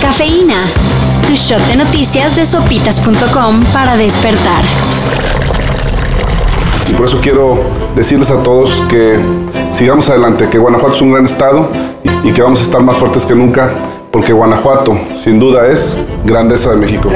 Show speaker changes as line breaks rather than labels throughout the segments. Cafeína. Tu shot de noticias de sopitas.com para despertar.
Y por eso quiero decirles a todos que sigamos adelante, que Guanajuato es un gran estado y, y que vamos a estar más fuertes que nunca, porque Guanajuato, sin duda, es grandeza de México.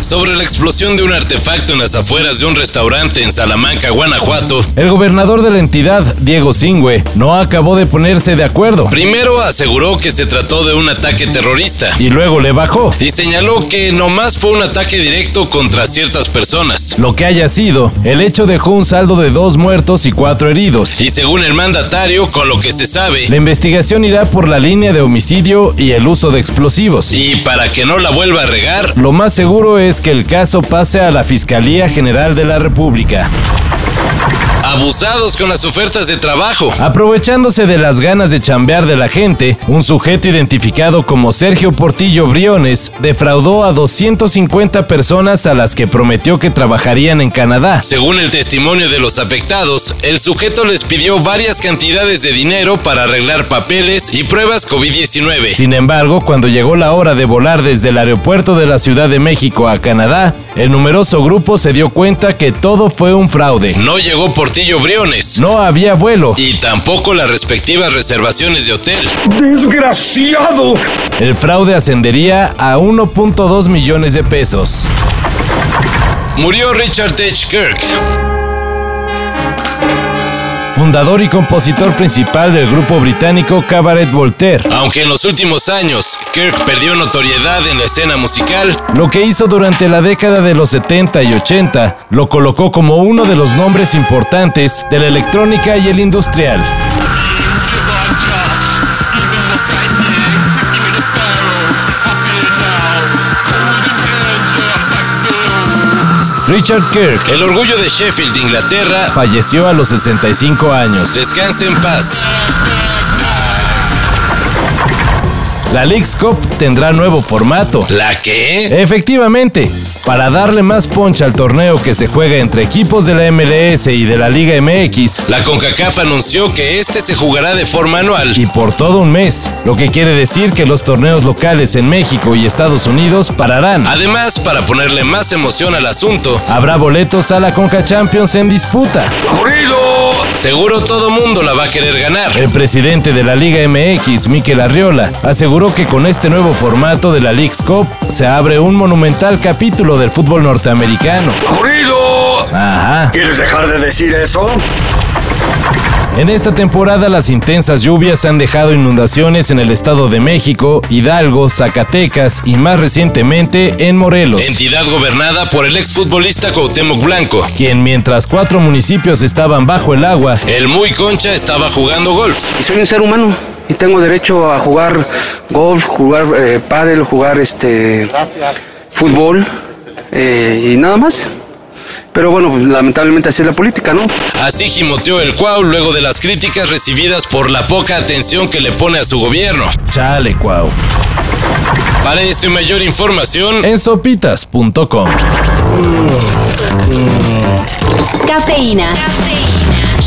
Sobre la explosión de un artefacto en las afueras de un restaurante en Salamanca, Guanajuato,
El gobernador de la entidad, Diego Singüe, no acabó de ponerse de acuerdo
primero aseguró que se trató de un ataque terrorista
y luego le bajó.
y señaló que nomás fue un ataque directo contra ciertas personas.
Lo que haya sido, el hecho dejó un saldo de dos muertos y cuatro heridos.
Y según el mandatario, con lo que se sabe,
La investigación irá por la línea de homicidio y el uso de explosivos.
y para que no la vuelva a regar,
Lo más seguro es que el caso pase a la Fiscalía General de la República.
abusados con las ofertas de trabajo.
Aprovechándose de las ganas de chambear de la gente, un sujeto identificado como Sergio Portillo Briones defraudó a 250 personas a las que prometió que trabajarían en Canadá.
Según el testimonio de los afectados, el sujeto les pidió varias cantidades de dinero para arreglar papeles y pruebas COVID-19.
Sin embargo, cuando llegó la hora de volar desde el aeropuerto de la Ciudad de México a Canadá, el numeroso grupo se dio cuenta que todo fue un fraude.
No llegó Portillo Briones.
No había vuelo.
Y tampoco las respectivas reservaciones de hotel.
¡Desgraciado!
El fraude ascendería a 1.2 millones de pesos.
Murió Richard H. Kirk.
Fundador y compositor principal del grupo británico Cabaret Voltaire.
Aunque en los últimos años Kirk perdió notoriedad en la escena musical,
Lo que hizo durante la década de los 70 y 80 lo colocó como uno de los nombres importantes de la electrónica y el industrial. Richard Kirk
el orgullo de Sheffield, Inglaterra,
falleció a los 65 años.
descansa en paz.
La Leagues Cup tendrá nuevo formato.
¿La qué?
Efectivamente, para darle más punch al torneo que se juega entre equipos de la MLS y de la Liga MX,
La CONCACAF anunció que este se jugará de forma anual.
y por todo un mes, lo que quiere decir que los torneos locales en México y Estados Unidos pararán.
Además, para ponerle más emoción al asunto,
Habrá boletos a la Conca Champions en disputa.
seguro todo mundo la va a querer ganar.
El presidente de la Liga MX, Miquel Arriola, aseguró que con este nuevo formato de la Leagues Cup se abre un monumental capítulo del fútbol norteamericano. Ajá.
¿Quieres dejar de decir eso?
En esta temporada las intensas lluvias han dejado inundaciones en el Estado de México, Hidalgo, Zacatecas y más recientemente en Morelos,
Entidad gobernada por el exfutbolista Cuauhtémoc Blanco.
quien mientras cuatro municipios estaban bajo el agua,
El muy concha estaba jugando golf.
y soy un ser humano y tengo derecho a jugar golf, jugar eh, pádel, jugar este fútbol eh, y nada más. Pero bueno, pues, lamentablemente así es la política, ¿no?
Así gimoteó el Cuau luego de las críticas recibidas por la poca atención que le pone a su gobierno.
chale cuau,
Para esta y mayor información,
en sopitas.com.
Cafeína.